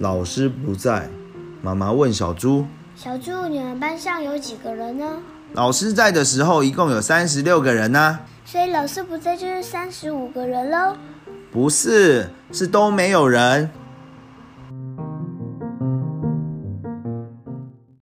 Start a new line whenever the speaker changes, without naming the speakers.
老师不在，妈妈问小猪
小猪，你们班上有几个人呢？：“
老师在的时候，一共有三十六个人啊呢、
所以老师不在就是三十五个人喽。
不是，是都没有人。